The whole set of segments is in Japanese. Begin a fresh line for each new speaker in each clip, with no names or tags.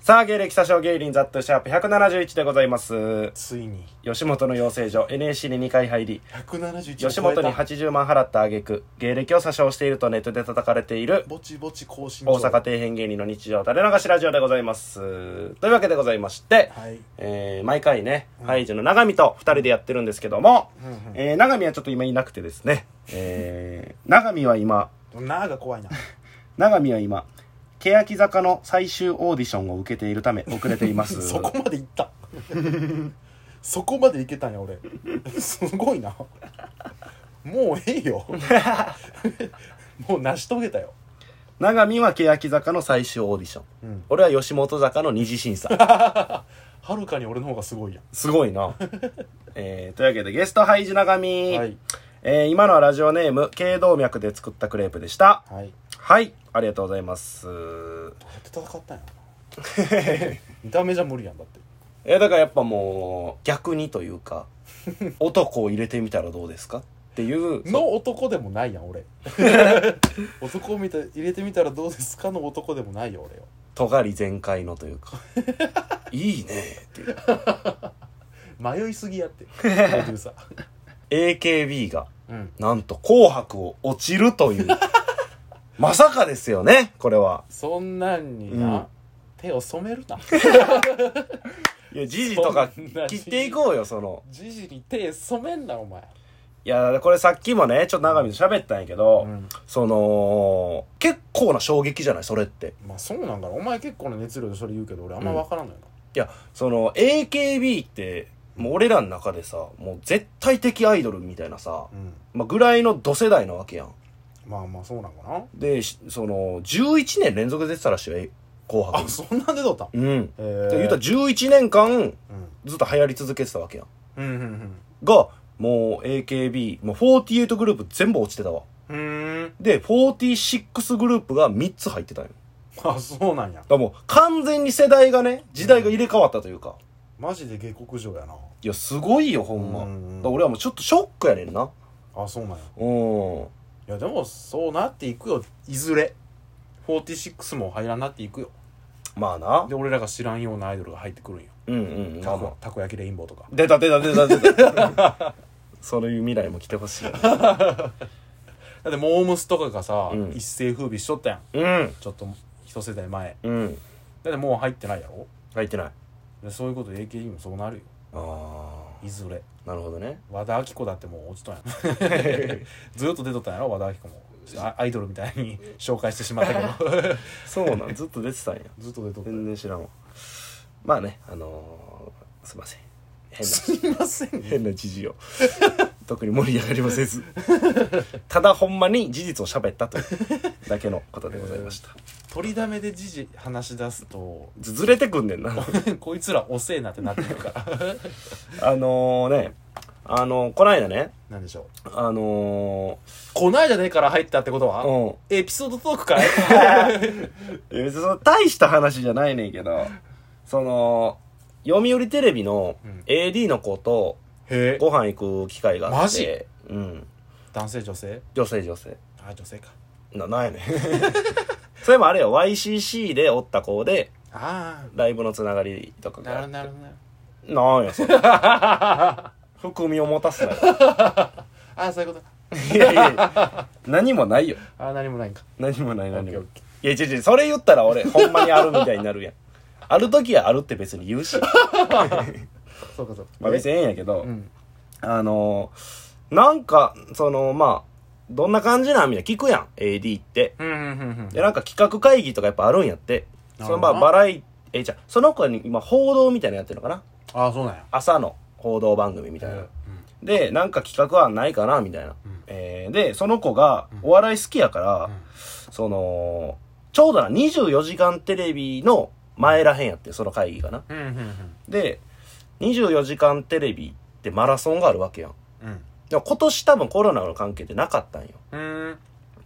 さあ、芸歴詐称芸人ザットシャープ171でございます。
ついに
吉本の養成所 NAC に2回入り、
171
吉本に80万払った挙句、芸歴を詐称しているとネットで叩かれている、
ぼちぼち更新
大阪底辺芸人の日常垂れ流しラジオでございます。というわけでございまして、
はい
えー毎回ね、ハイジの永見と2人でやってるんですけども、えー永見はちょっと今いなくてですね、えー、永見は今、
なあが怖いな
永見は今、欅坂の最終オーディションを受けているため遅れています。
そこまでいったそこまでいけたんや俺 すごいなもうええよ もう成し遂げたよ、
永見は欅坂の最終オーディション。
うん、
俺は吉本坂の二次審 査。
はるかに俺の方がすごいや
すごいな。えー、というわけでゲストハイジ永見。
はい
えー、今のはラジオネーム、頸動脈で作ったクレープでした。
はい
はい、ありがとうございます。
どうやって戦ったんやろなダメじゃ無理やんだって
えーだからやっぱもう、逆にという か、男を入れてみたらどうですかっていう、
の男でもないやん 俺男を見て入れてみたらどうですかの男でもないよ俺よ
尖り全開のというか、いいねっていう。
迷いすぎやってプロデューサ ー
AKB が、
うん
なんと紅白を落ちる という。まさかですよね、これは。
そんなんにな、
うん
手を染める ない
や、時事とか
そんな
切っていこうよ、その。
じじに手染めんなお前
いや、これさっきもね、ちょっと長見と喋ったんやけど、
うん
その、結構な衝撃じゃない、それって。
まあそうなんかなお前結構な熱量でそれ言うけど俺あんま分からんのよ
いや、その、AKB って、もう俺らの中でさ、もう絶対的アイドルみたいなさ
な、うん、
まあ、ぐらいの同世代なわけやん。
まあまあそうなんかな
で、しその、11年連続で出てたらしいよ、え紅白
あ
に。
そんなんでどうたん
うん。
えー
で言うたら11年間、
うん
ずっと流行り続けてたわけやん。
うんうん
が、もう AKB、もう48グループ全部落ちてたわ。
うんうん
で、46グループが3つ入ってたんよ。
あそうなんや
だからもう完全に世代がね、時代が入れ替わったというか。
マジで下克上やない
や、すごいよ、ほんま。
うんうん
だから俺はもうちょっとショックやねんな。
あそうなんや
うん。
いやでもそうなっていくよいずれ46も入らんなっていくよ
まあな。
で俺らが知らんようなアイドルが入ってくるんよ
うんうん。ま
た
あまあ
こ。たこ焼きレインボーとか
出た出た出た出た。 そういう未来も来てほしいよね。
だってモームスとかがさ、
うん
一世風靡しとったやん
うん。
ちょっと一世代前
うん。
だってもう入ってないやろ
入ってない。あ
でそういうこと AKB もそうなるよ
あ
いずれ
ー。なるほど ね。
和田アキ子だってもう落ちとん やんずっと出とったんやろ和田アキ子もあアイドルみたいに紹介してしまったけ ど
そうなん、ずっと出てたんや。
ずっと出とった
全然知らんわ。まあね、あのー、すいません。変な。
すいませんね
変な知事を特に盛り上がりもせずただほんまに事実を喋ったというだけのことでございました
取りだめで時事話し出すと
ずずれてくんねんな
こいつら遅えなってなってくるから
あのねあのこないだね
なんでしょう
あの
こないだねから入ったってことは、
ー、
エピソードトーク から
うんいや別にその大した話じゃないねんけどその読売テレビの
うん
AD の子と
へえ
ご飯行く機会があって
マジ
うん
男性女性
女性女性
あ女性か
ななんやねん それもあれよ YCC でおった子で
あ
ライブのつながりとかが
あなるほどなるほどなる
なんやそ れ含みを持たすなよ
ほどあそういうこと
いやいや何もないよ
ああ何もないんか
何もない何も
オッ
いや違う違うそれ言ったら 俺ほんまにあるみたいになるやんある時はあるって別に言うし
そうかそうか
まあ別にええんやけど、
うん
あのーなんかそのまあどんな感じなんみたいな聞くやん AD って
うんうんうん
でなんか企画会議とかやっぱあるんやってそのまあ
なるほどな
バラエえじゃあその子に今報道みたいなのやってるのかな
ああそうなんや
朝の報道番組み
う
たいな、
ん
で、なんか企画案ないかなみたいな。
うん
えーで、その子が、お笑い好きやから、
うん
その、ちょうどな、24時間テレビの前らへんやって、その会議かな。
うんうんうん
で、24時間テレビってマラソンがあるわけやん。
うん
でも今年多分コロナの関係ってなかったんよ。
うん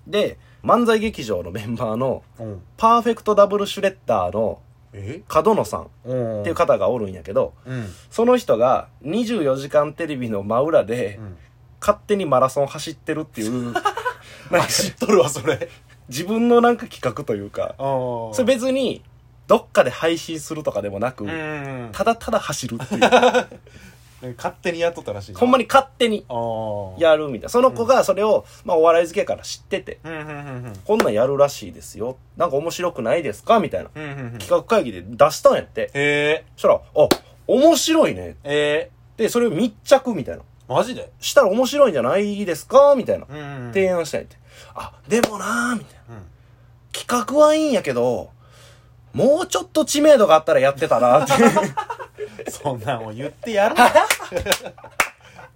で、漫才劇場のメンバーの、
うん
パーフェクトダブルシュレッダーの
え
角野さんっ
うん
ていう方がおるんやけど、
うん
その人が24時間テレビの真裏で、
うん
勝手にマラソン走ってるっていう、なんか
あ知っとるわそれ
自分のなんか企画というか、
ああ
それ別に、どっかで配信するとかでもなく、
うん
ただただ走るっていう。
勝手にやっとったらしい
ほんま
に
に勝手に
ああ
やるみたいな。その子がそれを、まあお笑い好きやから知ってて、
うんうんうん
こんなんやるらしいですよ。なんか面白くないですかみたいな。
うんうんうんうん
企画会議で出したんやって。
へえ
そしたら、あ、面白いね。
え
で、それを密着みたいな。
ー、マジで
したら面白いんじゃないですかみたいな。
うんうん
提案したんやって。あ、でもなーみたいな。
うん
企画はいいんやけど、もうちょっと知名度があったらやってたなって。
そんなんを言ってやるな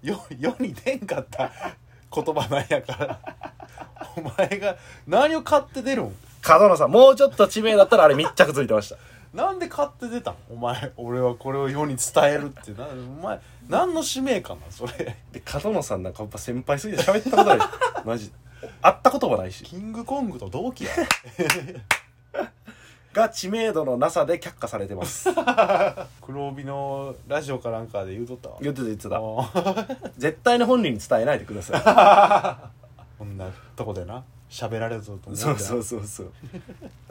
よ世に出んかった言葉なんやからお前が何を買って出るん
角野さん、もうちょっと知名度だったらあれ密着ついてました。
なんで買って出たんお前俺はこれを世に伝えるってなお前何の使命感なんそれ
で、角野さんなんかやっぱ先輩すぎて喋ったこと ない。マジで。会ったこともないし。
キングコングと同期や
が知名度のなさで却下されて ます。
黒帯のラジオかなんかで言うとったわ
言ってた言ってた。
あ
絶対に本人に伝えないでください。
ーこんなとこでな喋られると ると思
そうそううそうそう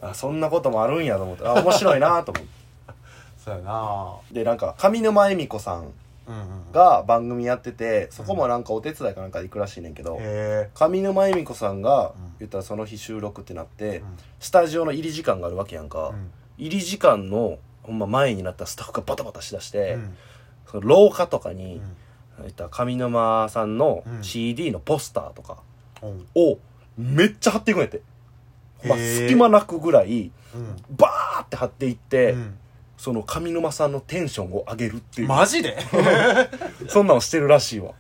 あそんなこともあるんやと思ってあ面白いなと思って
そうやな
でなんか上沼恵美子さん
うんうん
が番組やっててそこもなんかお手伝いかなんかで行くらしいねんけど、
へ
上沼恵美子さんが
うん
言ったらその日収録ってなって、
えうん
スタジオの入り時間があるわけやんか、
うん
入り時間のほんま前になったらスタッフがバタバタしだして、
うん
その廊下とかに、
うん
言ったら上沼さんの
うん
CD のポスターとか
うん
をめっちゃ貼っていくんやって、ほんま
へー
隙間なくぐらい
うん
バーって貼っていって、
うん
その上沼さんのテンションを上げるっていう、
マ ジで
そんなんをしてるらしいわ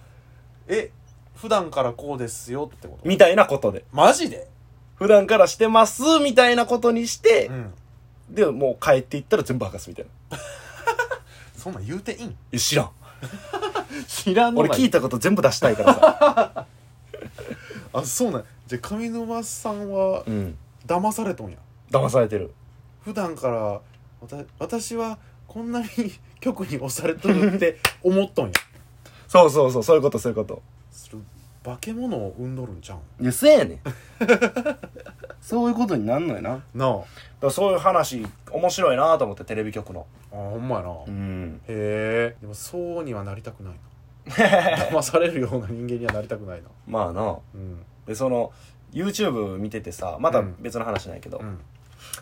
え普段からこうですよってこと
みたいなことで
マジで
普段からしてますみたいなことにして、
ん
でもう帰っていったら全部明かすみたいな
そんなん言うていいん
え知らん
知ら
俺聞い
た
たこと全部出したいから さ、
あそうなんじゃあ上沼さんは
うん、
騙されとんや
騙されてる
普段からわた私はこんなに局に押されとる って思っとんや
そうそうそうそういうことそういうこと
それ化け物を生んどるんちゃうん
いやせやねん そういうことになんのやなだか
なあ
らそういう話面白いなと思ってテレビ局の
あほんまやな、へ
ん
えでもそうにはなりたくない な騙されるような人間にはなりたくないな
まあな
うん
でその YouTube 見ててさまた別の話なんやけど、
うん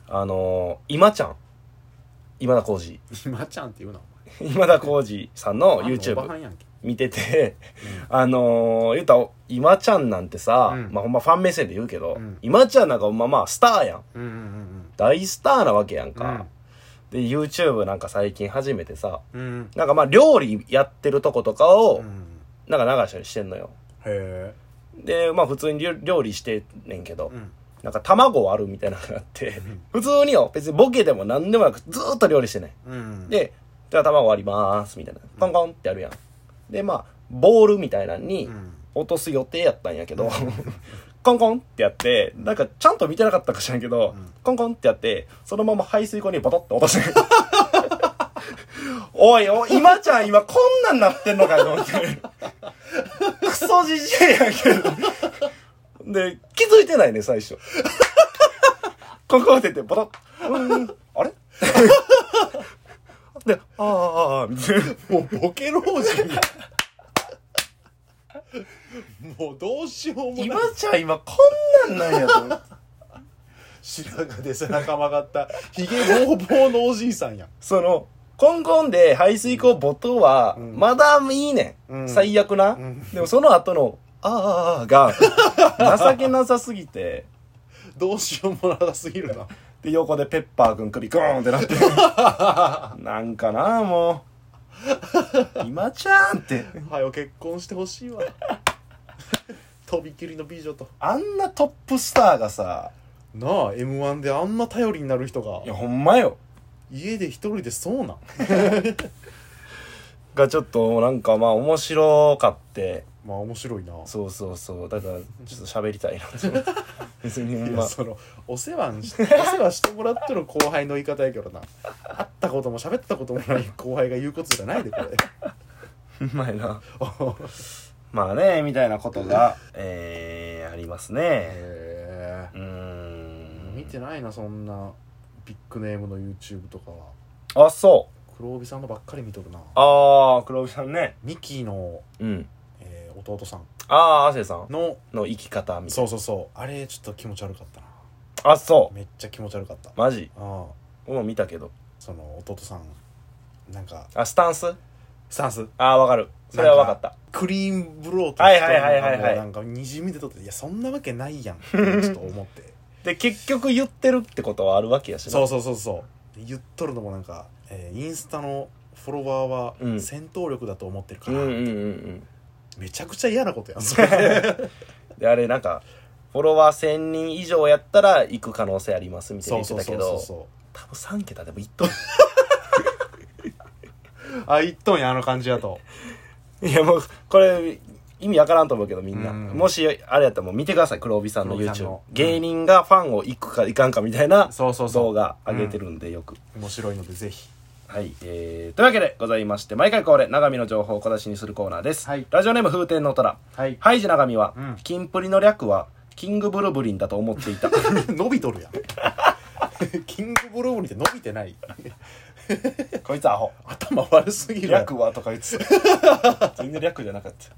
あのー、今ちゃん。今田耕 司。
今ちゃんって言うなお
今田耕司さんの
前あんたおばは
YouTube
んやんけ
見てて、あのー、言うたら、今ちゃんなんてさ、
うん
まあほんまファン目線で言うけど、
うん
今ちゃんなんかほんままあスターやん。
うんうんうん
大スターなわけやん
うんうん
か。で、YouTube なんか最近始めてさ、
うん
なんかまあ料理やってるとことか
う
を、
ん
なんか流したりしてんのよ。
へえ
で、まあ普通に料料理してんねんけど、
うん
なんか卵割るみたいなのがあって
ん、
普通によ、別にボケでも何でもなくずーっと料理してね。
うん
で、じゃあ卵割りまーす、みたいな。コンコンってやるやん。で、まあ、ボールみたいなのに
うん
落とす予定やったんやけど、 コンコンってやって、なんかちゃんと見てなかったか知らんけど、
うん
コンコンってやって、そのまま排水溝にボトって落として。 おいおい、今ちゃん今こんなんなってんのかよ、と思って。クソじじいやけど。で、気づいてないね、最初。 コンコンってやって、ボトッ。うん、あれ で、あーあー、あーみたいな。
もうボケ老人やもうどうしようもな い
今ちゃん今こんなんなんやと思って。
白髪で背中曲がったひげぼうぼうのおじいさんやん
その、コンコンで排水口ボトは、
うん
まだいいねん。
うん
最悪な。
ん
でもその後の、あーあーあーが、情けなさすぎて、
どうしようもなさすぎるな
で、横でペッパーくん首ゴーンってな って。なんかなもう。今ちゃんって。
はよ結婚してほしいわとびきりの美女と
あんなトップスターがさ、
なあ m 1であんな頼りになる人
いや、
が
ほんまよ。
家で一人でそうなん
がちょっとなんかまあ面白かって、
まあ面白いな
そうそうそう。だから、ちょっと喋りたいなと思 って。別にほん
い
ま
や。そのお世話にしお世話してもらってる後輩の言い方やけどな会ったことも喋ったこともない後輩が言うことじゃないでこれ
うまいな。まあね、みたいなことが、えー、ありますね。
へ
う
え
ーん。
見てないなそんなビッグネームの YouTube とかは
あそう
黒帯さんのばっかり見とるな
ああ黒帯さんね
ミキの、
うん
えー弟さん
ああ亜生さん
の
の生き方みたい
そうそうそうあれちょっと気持ち悪かったな
なあそう
めっちゃ気持ち悪かった
マジ
うん
もう見たけど
その弟さんなんか
あスタンス
スタンス
ああわかるそれはわかった
クリーンブローと
はいはいはいはいはい
人のもうなんかにじみでとっていやそんなわけないやんってちょっと 思って
で結局言ってるってことはあるわけやしな
そうそうそうそうで言っとるのもなんか、えーインスタのフォロワ
う
ーは
ん
戦闘力だと思ってるか
うん
ら、
うんうんうん
めちゃくちゃ嫌なことやんそれ
であれなんかフォロワー1000人以上やったら行く可能性ありますみたい
そ
な
う
言って
そ
た
うそ
け
うそう
ど
そ
多分3桁でもいっとる
うあ言っとんやあの感じやと
いやもうこれ意味わからんと思うけどみんな、
うん
もしあれやったらもう見てください黒帯さんの
黒帯さん
YouTube
のうん
芸人がファンを行くか行かんかみたいな
そうそうそう
動画上げてるんでよく、
面白いのでぜひ
はい、えー、というわけでございまして毎回恒例長見の情報を小出しにするコーナーです、
はい
ラジオネーム風天の虎
はい
ハイジ長見は、
うん
キンプリの略はキングブルブリンだと思って いた
伸びとるやんキングブルーにって伸びてない
こいつアホ
頭悪すぎるやろ
はとか言ってた全然略じゃなかった